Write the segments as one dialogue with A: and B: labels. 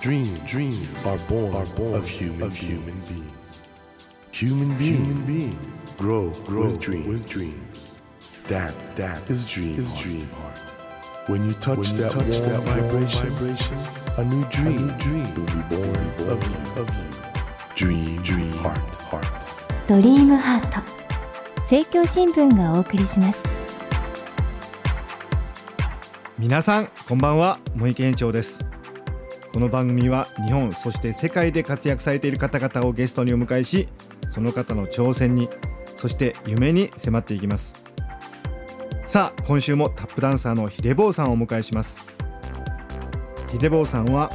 A: dreams, dreams are born, are born of human, of human beings. Human beings, human beings grow, grow with, dream, with dreams. That, that is dream, is dream heart. When you touch
B: When you
A: that,
B: touch
A: warm
B: that warm
A: vibration,
B: vibration,
A: a new dream,
B: dream
A: will be born, of you, of you. Dream, dream heart, heart.
C: ドリームハート政教新聞がお送りします
D: 皆さんこんばんは森健一郎ですこの番組は日本そして世界で活躍されている方々をゲストにお迎えしその方の挑戦にそして夢に迫っていきますさあ今週もタップダンサーのひでぼうさんをお迎えしますひでぼうさんは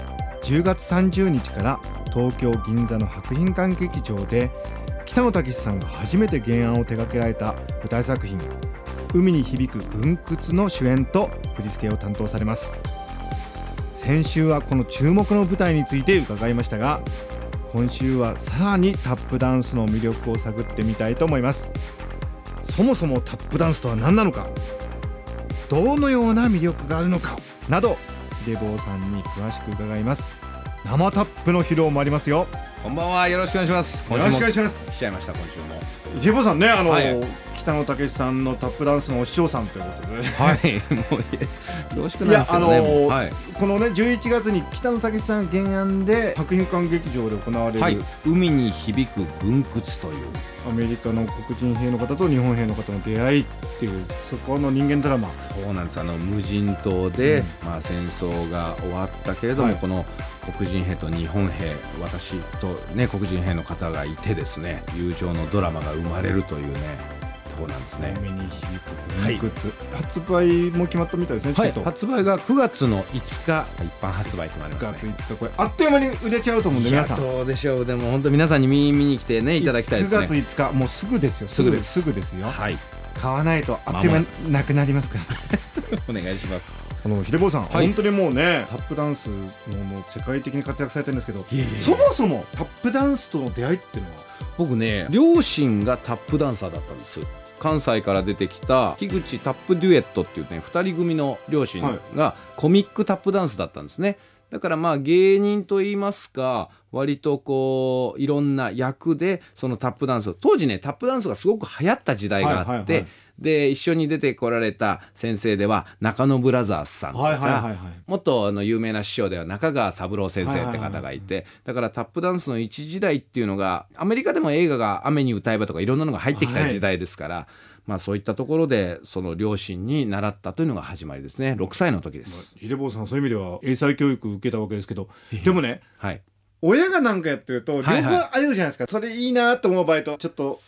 D: 10月30日から東京銀座の博品館劇場で北野武さんが初めて原案を手掛けられた舞台作品海に響く軍屈の主演と振り付けを担当されます先週はこの注目の舞台について伺いましたが今週はさらにタップダンスの魅力を探ってみたいと思いますそもそもタップダンスとは何なのかどのような魅力があるのかなど秀坊さんに詳しく伺います生タップの披露もありますよ
E: こんばんは、よろしくお願いします。
D: よろしくお願い
E: し
D: します
E: 来ちゃいました、今週も。
D: 秀坊さんねあの、
E: はい
D: 北野武さんのタップダンスのお師匠さんということで
E: はい、 もう、恐縮なんですけどね。
D: いやあのー
E: もうはい、
D: このね11月に北野武さん原案で博品館劇場で行われる、
E: はい、海に響く軍屈という。
D: アメリカの黒人兵の方と日本兵の方の出会いっていうそこの人間ドラマ
E: そうなんです。あの無人島で、まあ戦争が終わったけれども、
D: はい
E: この黒人兵と日本兵、私とね黒人兵の方がいてですね、友情のドラマが生まれるというね、とこなんですね。
D: 海に響く軍屈、発売も決まったみたいですねチケ
E: は
D: ッ
E: い、
D: ト、
E: 発売が9月の5日一般発売となります
D: 9
E: ね
D: 月。5日これあっという間に売れちゃうと思うんで
E: いや
D: 皆さん
E: どうでしょう。でも本当皆さんに見見に来てねいただきたいですね。
D: 9月5日もうすぐですよ
E: すぐです
D: すぐですよ
E: はい、
D: 買わないとあっという間
E: まもなく
D: になくなりますから
E: お願いします。
D: あの秀坊さん、
E: はい
D: 本当にもうねタップダンスのもう世界的に活躍されてるんですけど
E: いえいえ
D: そもそもタップダンスとの出会いっていうのは
E: 僕ね、両親がタップダンサーだったんです。関西から出てきた木口タップデュエットっていうね2人組の両親がコミックタップダンスだったんですねだからまあ芸人といいますか割とこういろんな役でそのタップダンスを当時ねタップダンスがすごく流行った時代があって、
D: はいはいはい
E: で一緒に出てこられた先生では中野ブラザーズさんとか、
D: はいはいはいはい
E: もっとあの有名な師匠では中川三郎先生って
D: はいはい
E: 方
D: はい
E: が
D: はい
E: いてだからタップダンスの一時代っていうのがアメリカでも映画が「雨に歌えば」とかいろんなのが入ってきた時代ですから、まあそういったところでその両親に習ったというのが始まりですね6歳の時です。
D: 秀坊さんそういう意味では英才教育受けたわけですけどでもね
E: はい、
D: 親がなんかやってると両
E: はいはい
D: 方あれるじゃないですか、それいいなと思う場合とちょっと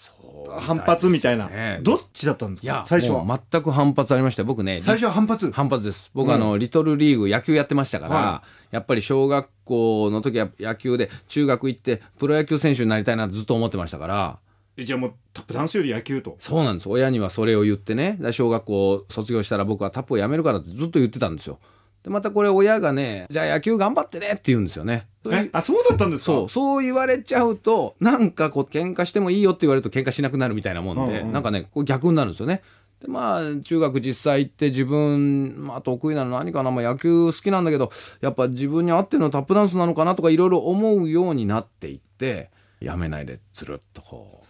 D: 反発みたいな、どっちだったんです
E: いや
D: か最初は、
E: もう全く反発ありました僕ね
D: 最初は反発
E: 反発です僕あの、リトルリーグ野球やってましたから、
D: は
E: やっぱり小学校の時は野球で中学行ってプロ野球選手になりたいなってずっと思ってましたから。
D: えじゃあもうタップダンスより野球と
E: そうなんです親にはそれを言ってねだから小学校卒業したら僕はタップをやめるからってずっと言ってたんですよでまたこれ親がねじゃあ野球頑張ってねって言うんですよねそうい
D: え
E: う
D: あそうだったんですか
E: そうそう言われちゃうとなんかこう喧嘩してもいいよって言われると喧嘩しなくなるみたいなもんで、
D: うんうん
E: なんかねこう逆になるんですよねでまあ中学実際行って自分、まあ、得意なの何かな、まあ、野球好きなんだけどやっぱ自分に合ってるのはタップダンスなのかなとかいろいろ思うようになっていってやめないでつるっとこう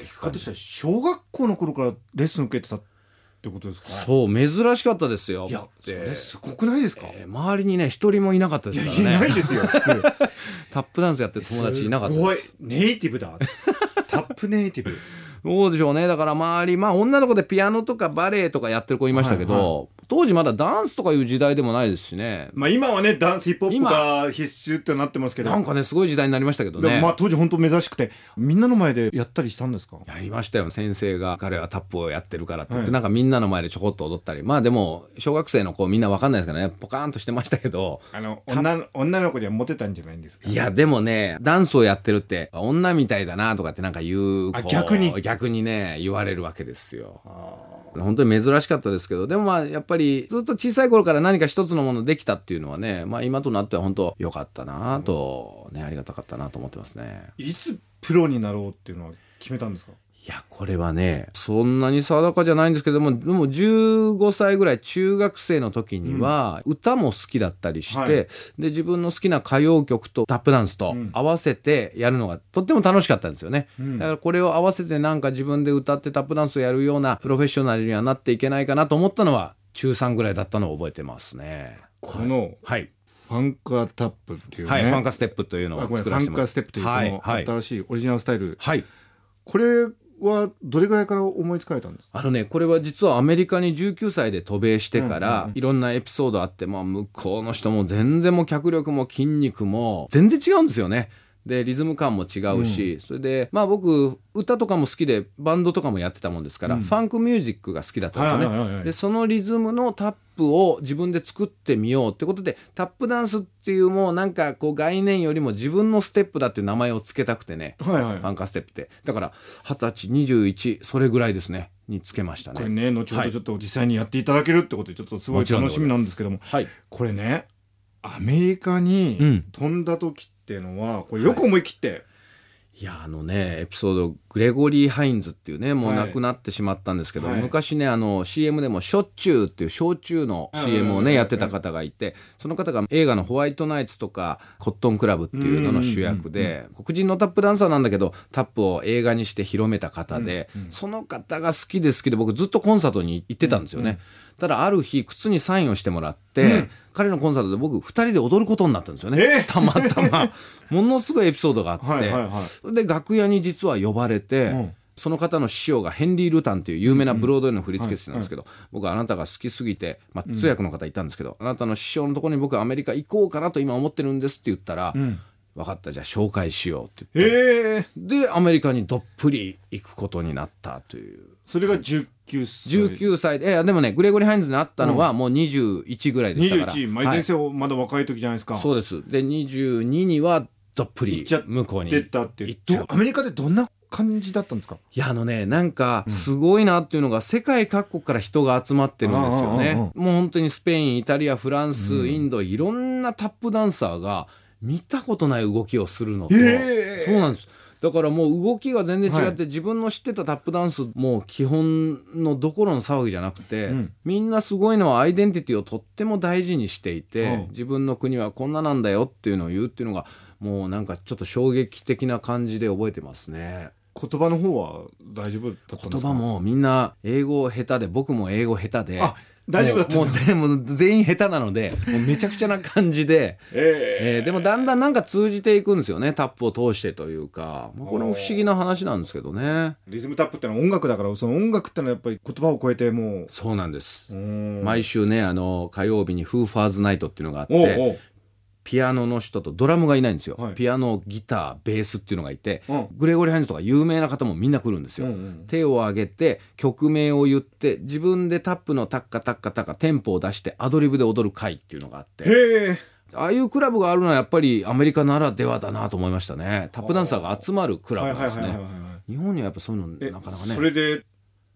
E: 行く
D: だ
E: 感
D: と
E: じ
D: したら小学校の頃からレッスン受けてたってことですか
E: そう珍しかったですよ。
D: いやそ
E: で
D: れすごくないですか、
E: えー周りにね一人もいなかったですからね。
D: いやいないですよ普 通
E: タップダンスやってる友達いなかった
D: すごい
E: です。
D: ネイティブだタップネイティブ
E: どうでしょうねだから周りまあ女の子でピアノとかバレエとかやってる子いましたけど、
D: はい
E: 当時まだダンスとかいう時代でもないですしね。
D: まあ今はねダンスヒップホップが必修ってなってますけど
E: なんかねすごい時代になりましたけど
D: で
E: ね。
D: もまあ当時本当珍しくてみんなの前でやったりしたんですか
E: やりましたよ先生が彼はタップをやってるからって言って、
D: はい
E: なんかみんなの前でちょこっと踊ったりまあでも小学生の子みんなわかんないですからねポカーンとしてましたけど
D: あの女の女の子にはモテたんじゃないんですか
E: いやでもねダンスをやってるって女みたいだなとかってなんか言う
D: あ
E: こう
D: 逆に
E: 逆にね言われるわけですよ本当に珍しかったですけどでもまあやっぱりずっと小さい頃から何か一つのものできたっていうのはねまあ今となっては本当良かったなとねありがたかったなと思ってますね
D: いつプロになろうっていうのは決めたんですか
E: いやこれはねそんなに定かじゃないんですけどもでも15歳ぐらい中学生の時には歌も好きだったりして、
D: はい
E: で自分の好きな歌謡曲とタップダンスと
D: うん
E: 合わせてやるのがとっても楽しかったんですよね、
D: うん
E: だからこれを合わせてなんか自分で歌ってタップダンスをやるようなプロフェッショナルにはなっていけないかなと思ったのは中3ぐらいだったのを覚えてますね
D: この
E: はい、
D: ファンカータップっていうね、
E: はいファンカ
D: ー
E: ステップというのを
D: あごめん
E: 作
D: ファ
E: らせて
D: ン
E: も
D: カ
E: ら
D: ー
E: っ
D: ステップというこ
E: はい
D: の
E: はい
D: 新しいオリジナルスタイル、
E: はい
D: これはどれぐらいから思いつかれたんですか
E: あのねこれは実はアメリカに19歳で渡米してか
D: うん
E: ら
D: うん
E: いろんなエピソードあって、まあ、向こうの人も全然もう脚力も筋肉も全然違うんですよね。でリズム感も違うし、それでまあ僕歌とかも好きでバンドとかもやってたもんですから、
D: うん
E: ファンクミュージックが好きだったんですよ
D: は
E: ね。
D: いはいはい
E: でそのリズムのタップを自分で作ってみようってことでタップダンスっていうもうなんかこう概念よりも自分のステップだっていう名前を付けたくてね
D: はいはい
E: ファンカステップってだから二十歳21それぐらいですねにつけました
D: これね
E: ね。
D: 後ほどちょっと実際にやっていただけるってことでちょっとすごい
E: もちろん
D: 楽
E: で
D: し
E: ござい
D: み
E: ます
D: なんですけども
E: はい、
D: これねアメリカ
E: う
D: に
E: ん
D: 飛んだ時っていうのはこれよく思い切って、
E: いやあのねエピソードグレゴリー・ハインズっていうねもう
D: はい
E: 亡くなってしまったんですけど、
D: はい
E: 昔ねあの CM でも「しょっちゅう」っていう焼酎の
D: はい
E: CM をね
D: はい
E: やってた方がいてその方が映画の「ホワイトナイツ」とか「コットンクラブ」っていうのの主役で黒人のタップダンサーなんだけどタップを映画にして広めた方で、
D: うんうん
E: その方が好きで好きで僕ずっとコンサートに行ってたんですよね。ただある日靴にサインをしてもらって、彼のコンサートで僕2人で踊ることになったんですよね、
D: えー
E: たまた まものすごいエピソードがあって、
D: はいはいはい
E: それで楽屋に実は呼ばれて、
D: うん
E: その方の師匠がヘンリー・ルタンっていう有名なブロードウェイの振付師なんですけど、僕あなたが好きすぎて、まあ、通訳の方いたんですけど、あなたの師匠のところに僕アメリカ行こうかなと今思ってるんですって言ったら、
D: うん
E: 分かったじゃあ紹介しようって
D: え
E: 言って、
D: ー
E: でアメリカにどっぷり行くことになったという
D: それが19歳
E: 19歳で、いやでもねグレゴリー・ハインズに会ったのはもう21ぐらいでしたから、
D: 21前前世をまだ若い時じゃないですか、
E: はいそうですで22にはどっぷ
D: 行っ
E: り
D: ちゃって
E: 向こうに
D: 出たって
E: 行っちゃう
D: どアメリカでどんな感じだったんですか
E: いやあのねなんかすごいなっていうのが世界各国から人が集まってるんですよ
D: うんうんうん
E: ね。もう本当にスペインイタリアフランス
D: うん
E: インドいろんなタップダンサーが見たことない動きをするのと、
D: ええ
E: そうなんですだからもう動きが全然違って、
D: はい
E: 自分の知ってたタップダンスも基本のどころの騒ぎじゃなくて、
D: うん
E: みんなすごいのはアイデンティティをとっても大事にしていて、
D: うん
E: 自分の国はこんななんだよっていうのを言うっていうのがもうなんかちょっと衝撃的な感じで覚えてますね。
D: 言葉の方は大丈夫だったんですか
E: 言葉もみんな英語下手で僕も英語下手で
D: あ大丈夫だったん
E: もう
D: ですか
E: もうでも全員下手なのでもうめちゃくちゃな感じ で、
D: え
E: えーでもだんだんなんか通じていくんですよねタップを通してというか、まあ、これも不思議な話なんですけどね
D: えリズムタップってのは音楽だからその音楽ってのはやっぱり言葉を超えてもう
E: そうなんです
D: うーん
E: 毎週ねあの火曜日に「フーファーズナイト」っていうのがあって
D: おうおう
E: ピアノの人とドラムがいないんですよ、
D: はい
E: ピアノギターベースっていうのがいて、
D: うん
E: グレゴリー・ハインズとか有名な方もみんな来るんですよ、
D: うんうん
E: 手を挙げて曲名を言って自分でタップのタッカタッカタッカテンポを出してアドリブで踊る会っていうのがあって
D: へえ
E: ああいうクラブがあるのはやっぱりアメリカならではだなと思いましたねタップダンサーが集まるクラブなんですね
D: は
E: 日本にはやっぱそういうの
D: え
E: なかなか
D: そ
E: ね
D: れで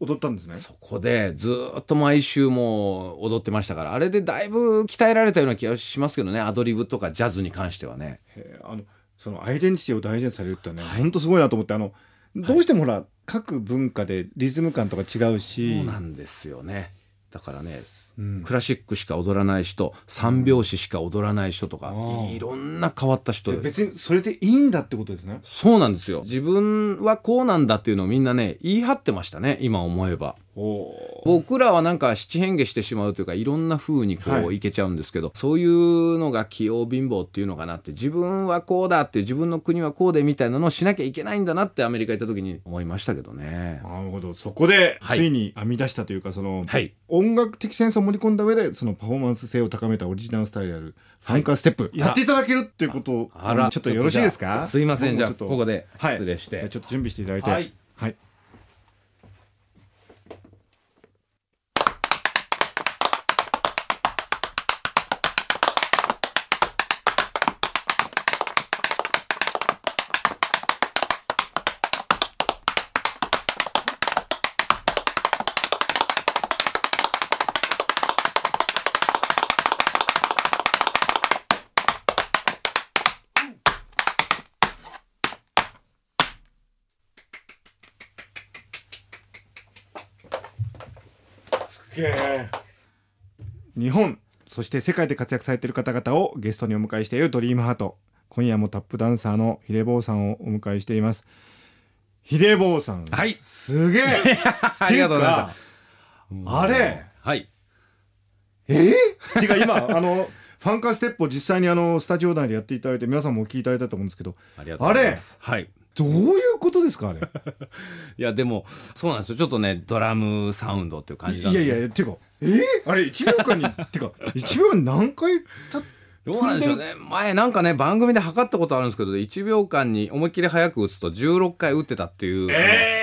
D: 踊ったんですね
E: そこでずーっと毎週もう踊ってましたからあれでだいぶ鍛えられたような気がしますけどねアドリブとかジャズに関してはね
D: へえあのそのアイデンティティを大事にされるってね、
E: はい
D: ほんとすごいなと思ってあのどうしてもほら、各文化でリズム感とか違うし
E: そうなんですよねだからね
D: うん
E: クラシックしか踊らない人三拍子しか踊らない人とか、
D: うん
E: いろんな変わった人
D: で別にそれでいいんだってことですね
E: そうなんですよ自分はこうなんだっていうのをみんなね言い張ってましたね今思えば
D: お
E: 僕らはなんか七変化してしまうというかいろんな風にこ
D: は
E: う
D: い
E: いけちゃうんですけど、そういうのが器用貧乏っていうのかなって自分はこうだって自分の国はこうでみたいなのをしなきゃいけないんだなってアメリカ行った時に思いましたけどね。
D: なるほどそこで
E: はい
D: ついに編み出したというか、その、
E: はい
D: 音楽的センスを盛り込んだ上でそのパフォーマンス性を高めたオリジナルスタイルであるファンカーステップ、やっていただけるっていうことを
E: あら
D: ちょっとよろしいですか
E: すいませ
D: 僕
E: んじゃ
D: もち
E: あ
D: ょっと
E: ここで
D: はい
E: 失礼して、
D: じゃあちょっと準備していただいて
E: はい、
D: はい日本そして世界で活躍されている方々をゲストにお迎えしているドリームハート今夜もタップダンサーのヒデボーさんをお迎えしていますヒデボーさん、
E: はい
D: すげえ
E: ありがとうございま
D: ますあれ
E: はい
D: えー、てか今あのファンカステップを実際にあのスタジオ内でやっていただいて皆さんもお聞きいただいたと思うんですけど
E: ありがとうございますはい
D: どういうことですかあれ
E: いやでもそうなんですよちょっとねドラムサウンドっていう感じ
D: い
E: な
D: や
E: ん
D: い
E: で
D: や
E: す
D: い
E: けど
D: やてかえー、あれ1秒間にてか1秒間に何回たっ
E: どうなんでしょうね前なんかね番組で測ったことあるんですけど1秒間に思いっきり早く打つと16回打ってたっていう、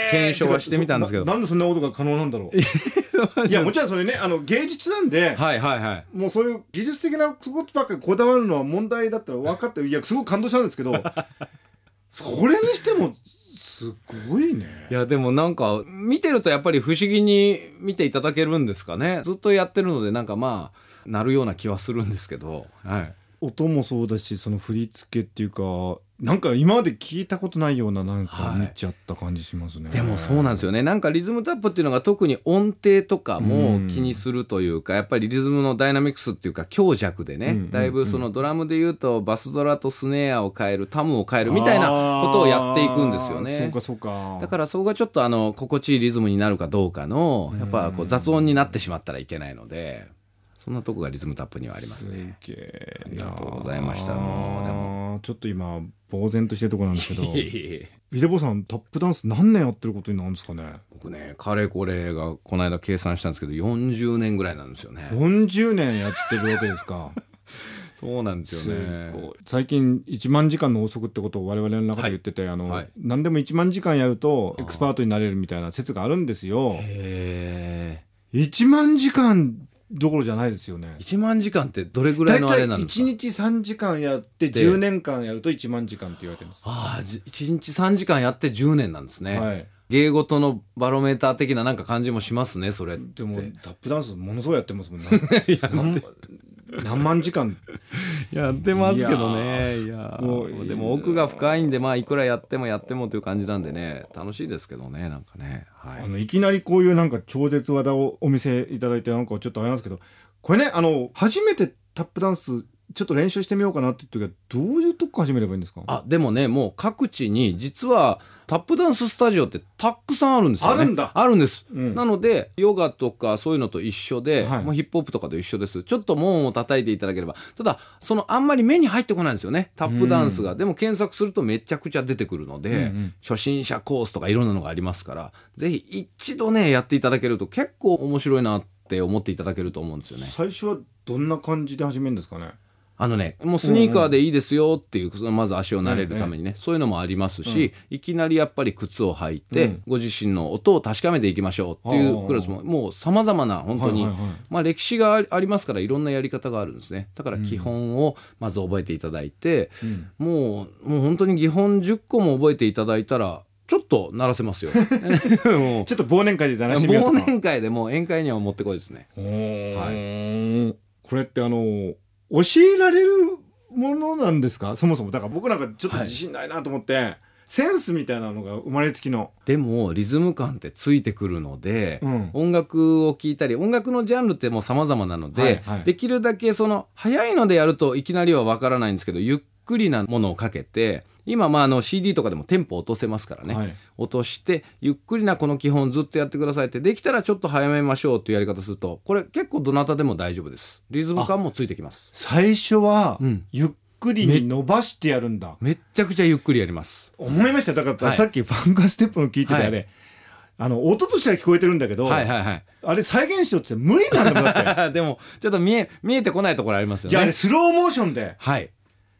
E: 検証はしてみたんですけど
D: ななんでそんなことが可能なんだろういやもちろんそれねあの芸術なんで、
E: はいはいはい
D: もうそういう技術的なことばっかりこだわるのは問題だったら分かっていやすごく感動したんです けどそれにしてもすごいね
E: いやでもなんか見てるとやっぱり不思議に見ていただけるんですかねずっとやってるのでなんかまあなるような気はするんですけど、はい、
D: 音もそうだしその振り付けっていうかなんか今まで聞いたことないようななんか
E: はい
D: 見ちゃった感じしますね、
E: でもそうなんですよねなんかリズムタップっていうのが特に音程とかも気にするというかやっぱりリズムのダイナミクスっていうか強弱で
D: うんうんう
E: ね
D: ん
E: だいぶそのドラムで言うとバスドラとスネアを変えるタムを変えるみたいなことをやっていくんですよ
D: あーそう
E: ね
D: か。そうか
E: だからそこがちょっとあの心地いいリズムになるかどうかのやっぱこう雑音になってしまったらいけないのでそんなとこがリズムタップにはありますね。
D: すげえ
E: ありがとうございましたもうで
D: もちょっと今呆然としてるところなんですけど
E: いえいえいえ
D: ひでぼさんタップダンス何年やってることになるんですかね
E: 僕ねかれこれがこの間計算したんですけど40年ぐらいなんですよね。
D: 40年やってるわけですか
E: そうなん ですよね。
D: すごい最近1万時間の法則ってことを我々の中で言ってて、あの
E: はい
D: 何でも1万時間やるとエクスパートになれるみたいな説があるんですよ
E: え
D: 1万時間どころじゃないですよね
E: ー、1万時間ってどれぐら
D: 大
E: いのあれ
D: 体
E: なんです
D: 1
E: か
D: 日3時間やって10年間やると1万時間って言われてるんです、
E: ああじ1日3時間やって10年なんですね、
D: はい、
E: 芸事のバロメーター的ななんか感じもしますねそれっ
D: で
E: て
D: もタップダンスものすごいやってますもんね何何万時間
E: やってますけどねいや
D: ごいな
E: でも奥が深いんでまあいくらやってもやってもという感じなんでね楽しいですけどねなんかねはい
D: あのいきなりこういうなんか超絶技をお見せいただいてなんかちょっとあれなんですけどこれねあの初めてタップダンスちょっと練習してみようかなって時はどういうとこ始めればいいんですか
E: あでもねもう各地に実はタップダンススタジオってたくさんあるんですよね
D: あるんだ
E: あるんです、
D: うん
E: なのでヨガとかそういうのと一緒で、
D: はい
E: もうヒップホップとかと一緒ですちょっと門を叩いていただければただそのあんまり目に入ってこないんですよねタップダンスが、でも検索するとめちゃくちゃ出てくるので、
D: うんうん
E: 初心者コースとかいろんなのがありますからぜひ一度ねやっていただけると結構面白いなって思っていただけると思うんですよね
D: 最初はどんな感じで始めるんですかね
E: あのね、もうスニーカーでいいですよっていう、そのまず足を慣れるためにね、そういうのもありますし、いきなりやっぱり靴を履いて、
D: うん
E: ご自身の音を確かめていきましょうってい
D: ああ
E: うクラスも、もう様々な本当に、
D: はいはいはい
E: まあ歴史がありありますからいろんなやり方があるんですね。だから基本をまず覚えていただいて、もう、もう本当に基本10個も覚えていただいたら、ちょっと鳴ら せますよ。もう
D: ちょっと忘年会で鳴らしてみようと
E: 忘
D: か
E: 年会でもう宴会にはもってこいですね。
D: はい、これってあの教えられるものなんですかそもそもだから僕なんかちょっと自信ないなと思って、センスみたいなのが生まれつきの
E: でもリズム感ってついてくるので、
D: うん
E: 音楽を聴いたり音楽のジャンルってもう様々なので、
D: はいはい
E: できるだけその早いのでやるといきなりはわからないんですけどゆっくりなものをかけて今まああの CD とかでもテンポ落とせますからね、
D: はい
E: 落としてゆっくりなこの基本ずっとやってくださいってできたらちょっと早めましょうというやり方するとこれ結構どなたでも大丈夫ですリズム感もついてきます
D: 最初は
E: うん
D: ゆっくりに伸ばしてやるんだ、
E: めっちゃくちゃゆっくりやります
D: 思いましたよだから
E: はい
D: さっきファンガステップの聞いてたあれ、
E: は
D: あの音としては聞こえてるんだけど、
E: はいはい はい
D: あれ再現しようって無理なんだもん だって
E: でもちょっと見え見えてこないところありますよね
D: じゃああれスローモーションで
E: はい。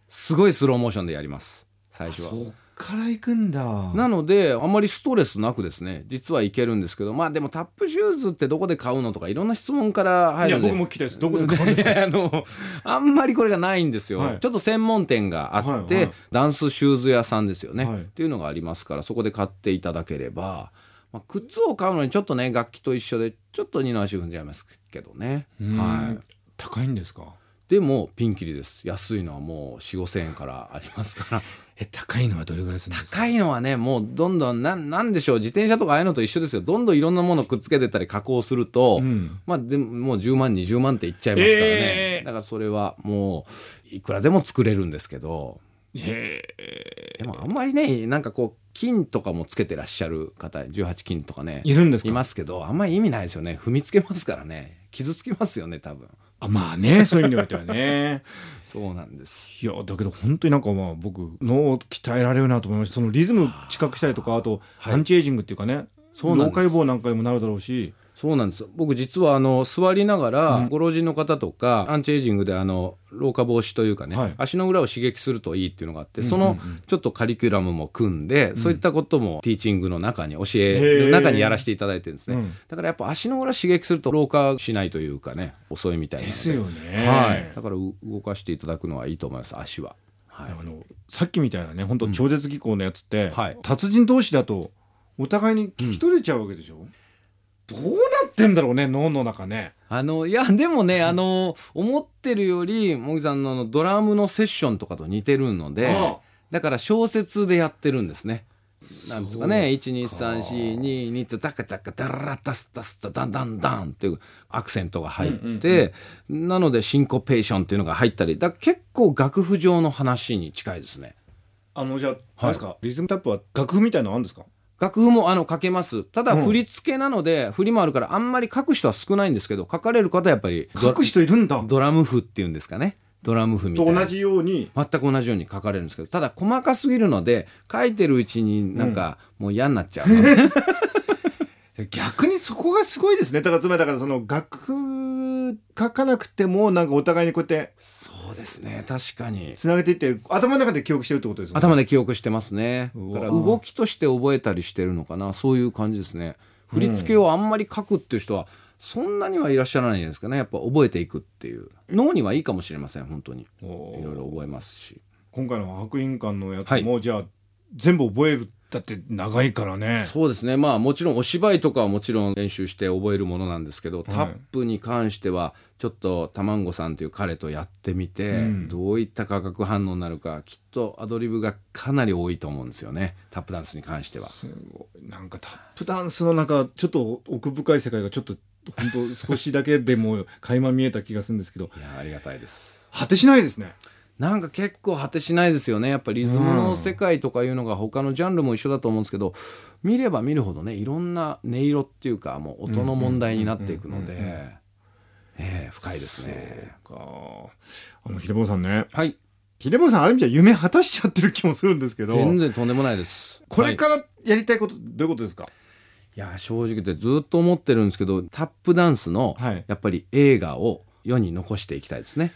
E: すごいスローモーションでやります。最初は。
D: そっから行くんだ
E: なのであまりストレスなくですね実はいけるんですけどまあでもタップシューズってどこで買うのとかいろんな質問から
D: い
E: 入
D: や
E: るんで
D: 僕も聞きたいですどこで買うんで すか
E: あのあんまりこれがないんですよ、
D: はい
E: ちょっと専門店があって、
D: はいはい
E: ダンスシューズ屋さんですよね、
D: はい
E: っていうのがありますからそこで買っていただければ、まあ、靴を買うのにちょっとね楽器と一緒でちょっと二の足踏んじゃいますけどね、
D: うん
E: はい、
D: 高いんですか
E: でもピンキリです安いのはもう4 5千円からありますから
B: え高いのはどれぐらいするんですか
E: 高いのはねもうどんどんなんなんでしょう自転車とかああいうのと一緒ですよどんどんいろんなものくっつけてたり加工すると、
D: うん
E: まあでももう10万20万っていっちゃいますからね、
B: えー
E: だからそれはもういくらでも作れるんですけど
B: へ
E: でもあんまりねなんかこう金とかもつけてらっしゃる方18金とかね
B: いるんですか
E: いますけどあんまり意味ないですよね踏みつけますからね傷つきますよね多分
B: あまあねそういう意味においてはね
E: そうなんで す
D: いやだけど本当になんかまあ僕脳を鍛えられるなと思いましたそのリズム知覚したりとかあと
E: はい
D: アンチエイジングっていうかね
E: そうなん
D: 脳
E: です
D: 解剖なんかにもなるだろうし
E: そうなんです僕実はあの座りながら、ご老人の方とかアンチエイジングであの老化防止というかね、
D: はい
E: 足の裏を刺激するといいっていうのがあって、そのちょっとカリキュラムも組んで、そういったこともティーチングの中に教え
D: へー
E: の中にやらせていただいてるんですね、
D: うん
E: だからやっぱ足の裏刺激すると老化しないというかね遅いみたいなの
D: で
E: です
D: よね、
E: はい、だからう動かしていただくのはいいと思います足は。はい
D: あのさっきみたいなね本当超絶技巧のやつって、
E: はい
D: 達人同士だとお互いに聞き取れちゃうわけでしょ、どうなってんだろうね脳の中ね
E: あのいやでもねあの思ってるより茂木さんのあのドラムのセッションとかと似てるので
D: ああ
E: だから小説でやってるんですね。なんですかね123422とダカダカダララダスダスダダンダンダンっていうアクセントが入って、なのでシンコペーションっていうのが入ったりだから結構楽譜上の話に近いですね。
D: あのじゃあ、あれですかリズムタップは楽譜みたいなのあるんですか
E: 楽譜もあの書けますただ
D: うん
E: 振り付けなので、振りもあるからあんまり書く人は少ないんですけど書かれる方はやっぱりド
D: 書く人いるんだ
E: ドラム譜っていうんですかねドラム譜みた
D: と
E: いな
D: 同じように
E: 全く同じように書かれるんですけどただ細かすぎるので書いてるうちになんかもう嫌になっちゃうので、
D: 逆にそこがすごいですねだからつまりだからその楽譜書かなくてもなんかお互いにこうやって
E: そうですね確かに
D: つなげていって頭の中で記憶してるってことですよね
E: 頭で記憶してますね
D: うわ
E: だから動きとして覚えたりしてるのかなそういう感じですね振り付けをあんまり書くっていう人はそんなにはいらっしゃらないんですかねやっぱ覚えていくっていう脳にはいいかもしれません本当にい
D: おー
E: ろいろ覚えますし
D: 今回の白銀館のやつも、じゃあ全部覚えるだって長いからね
E: そうですねまあもちろんお芝居とかはもちろん練習して覚えるものなんですけど、タップに関してはちょっとたまんごさんという彼とやってみて、
D: うん
E: どういった化学反応になるかきっとアドリブがかなり多いと思うんですよねタップダンスに関しては。
D: すごいなんかタップダンスのなんかちょっと奥深い世界がちょっと本当少しだけでも垣間見えた気がするんですけど
E: いやありがたいです。
D: 果てしないですね
E: なんか結構果てしないですよねやっぱリズムの世界とかいうのが他のジャンルも一緒だと思うんですけど見れば見るほどねいろんな音色っていうかもう音の問題になっていくので、ええ深いですね。
D: かあのひでぼうさんね
E: はい
D: ひでぼうさんある意味じゃ夢果たしちゃってる気もするんですけど
E: 全然とんでもないです。
D: これ
E: は
D: からやりたいことどういうことですか、
E: い、いや正直言ってずっと思ってるんですけどタップダンスの
D: はい
E: やっぱり映画を世に残していきたいですね。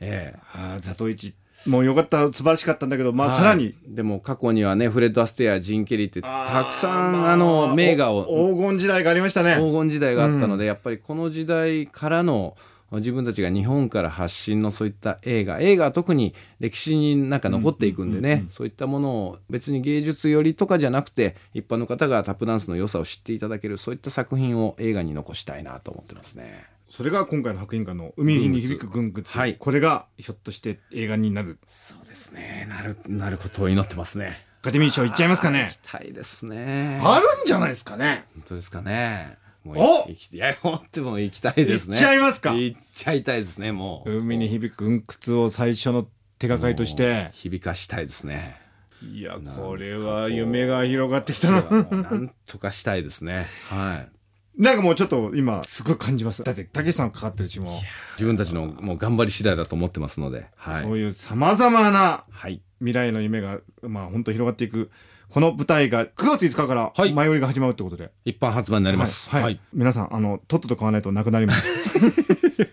E: ええ
D: ああザトイチもうよかった素晴らしかったんだけどまあ、
E: はい
D: さらに
E: でも過去にはねフレッド・アステアジン・ケリーってたくさんあの名画を
D: お黄金時代がありましたね
E: 黄金時代があったので、やっぱりこの時代からの自分たちが日本から発信のそういった映画映画は特に歴史になんか残っていくんでね、そういったものを別に芸術寄りとかじゃなくて一般の方がタップダンスの良さを知っていただけるそういった作品を映画に残したいなと思ってますね。
D: それが今回の白銀館の「海に響く軍靴」
E: はい
D: これがひょっとして映画になる
E: そうですねなるなることを祈ってますね。
D: アカデミー賞いっちゃいますかね
E: 期待ですね。
D: あるんじゃないですかね
E: 本当ですかね。もう
D: お
E: いいや本当もう行きたいですね。
D: 行っちゃいますか
E: 行っちゃいたいですねもう。
D: 海に響く軍靴を最初の手がかりとして
E: 響かしたいですね。
D: いやこれは夢が広がってきたな
E: もうなんとかしたいですね。はい。
D: なんかもうちょっと今すごい感じますだってたけしさんかかってるしも
E: 自分たちのもう頑張り次第だと思ってますので。は
D: そ
E: い。
D: ういうさまざまな
E: はい。
D: 未来の夢がまあ本当広がっていくこの舞台が9月5日から
E: はい
D: 前売りが始まるってことで、
E: 一般発売になります。
D: はい、
E: は
D: はい
E: い。
D: 皆さんあのとっとと買わないとなくなり ます。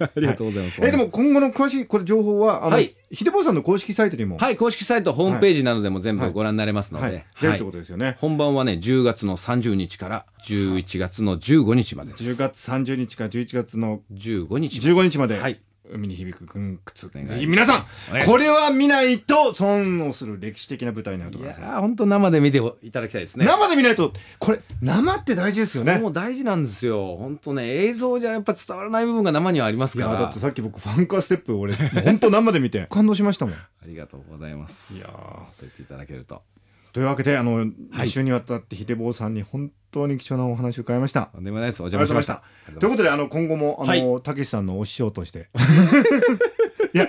E: ありがとうございます。
D: えでも今後の詳しいこれ情報はあの、
E: はい
D: ひでぼうさんの公式サイトにも、
E: はい、公式サイトホームページなどでも全部ご覧になれますの
D: はい
E: で。
D: 出るっ
E: はい
D: てことですよね。
E: 本番はね、10月の30日から11月の15日までです。
D: 10月30日から11月の
E: 15日まで。
D: 15日まで、
E: はい
B: 海に響く軍靴
E: 願い
B: ぜひ皆さん
E: お願いします
D: これは見ないと損をする歴史的な舞台になると
E: い
D: 思い
E: や
D: ます、
E: ー本当生で見ていただきたいですね
D: 生で見ないとこれ生って大事ですよね
E: もう大事なんですよ本当ね映像じゃやっぱ伝わらない部分が生にはあります
D: い
E: か
D: や
E: ら
D: だってさっき僕ファンカーステップ俺本当生で見 て感動しましたもん
E: ありがとうございます
D: いやー
E: そう言っていただけると
D: というわけであの、
E: はい
D: 2週にわたってひでぼうさんに本当に貴重なお話を伺いました
E: とんでもないですお
D: あり
E: 邪
D: が
E: 魔
D: と
E: し
D: うご
E: ま
D: ざい
E: し
D: ました
E: た
D: ということであの今後もあの、たけしさんのお師匠と していや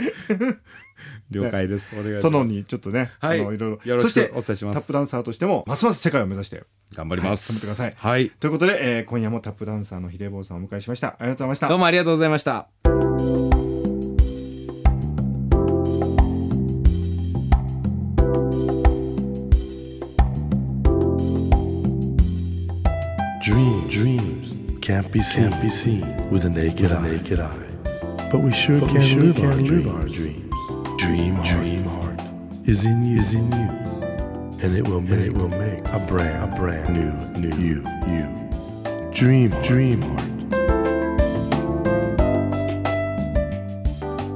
E: 了解ですお願いします
D: 殿にちょっとね、
E: はい
D: あのいろい
E: よ
D: ろそ
E: ろし
D: し
E: く
D: て
E: お伝えしま
D: タップ
E: す
D: ダンサーとしてもますます世界を目指して
E: 頑張ります、
D: はい頑張ってくだ
E: さいはい
D: ということで、えー今夜もタップダンサーのひでぼうさんをお迎えしましたありがとうございました
E: どうもありがとうございました
A: Dream dreams can't be seen, be seen with a naked, eye. naked eye. But we sure can, live, our live our dreams. Dream, dream heart is in you, is in you, and it will, make, it will make a brand, a brand new, new you, you. Dream, dream heart.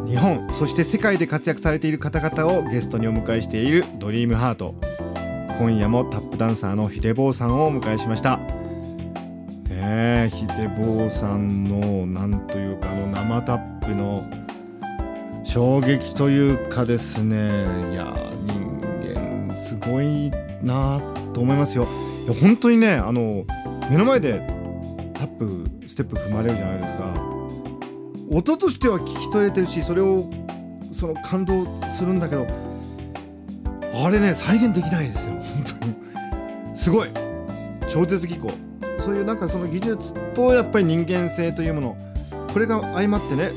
D: 日本そして世界で活躍されている方々をゲストにお迎えしている「ドリームハート今夜もタップダンサーのひでぼうさんをお迎えしましたねえひでぼうさんのなんというかあの生タップの衝撃というかですねいや人間すごいなと思いますよいや本当にねあの目の前でタップステップ踏まれるじゃないですか音としては聞き取れてるしそれをその感動するんだけどあれね再現できないですよ本当にすごい超絶技巧そういうなんかその技術とやっぱり人間性というものこれが相まってね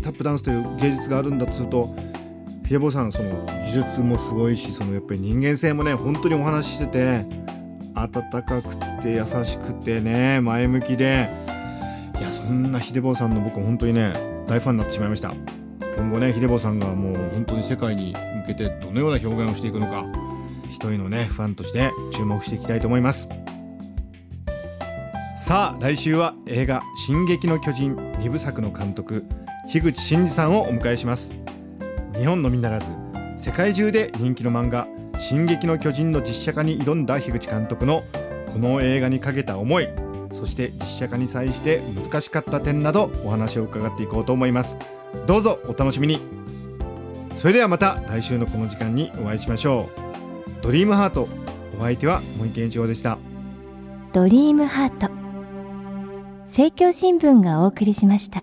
D: タップダンスという芸術があるんだとするとひでぼうさんその技術もすごいしそのやっぱり人間性もね本当にお話ししてて温かくて優しくてね前向きでいやそんなひでぼうさんの僕本当にね大ファンになってしまいました今後ねひでぼうさんがもう本当に世界に向けてどのような表現をしていくのか一人のねファンとして注目していきたいと思いますさあ来週は映画「進撃の巨人」2部作の監督樋口真嗣さんをお迎えします日本のみならず世界中で人気の漫画「進撃の巨人」の実写化に挑んだ樋口監督のこの映画にかけた思いそして実写化に際して難しかった点などお話を伺っていこうと思いますどうぞお楽しみにそれではまた来週のこの時間にお会いしましょうドリームハートお相手は森健一郎でした
C: ドリームハート政教新聞がお送りしました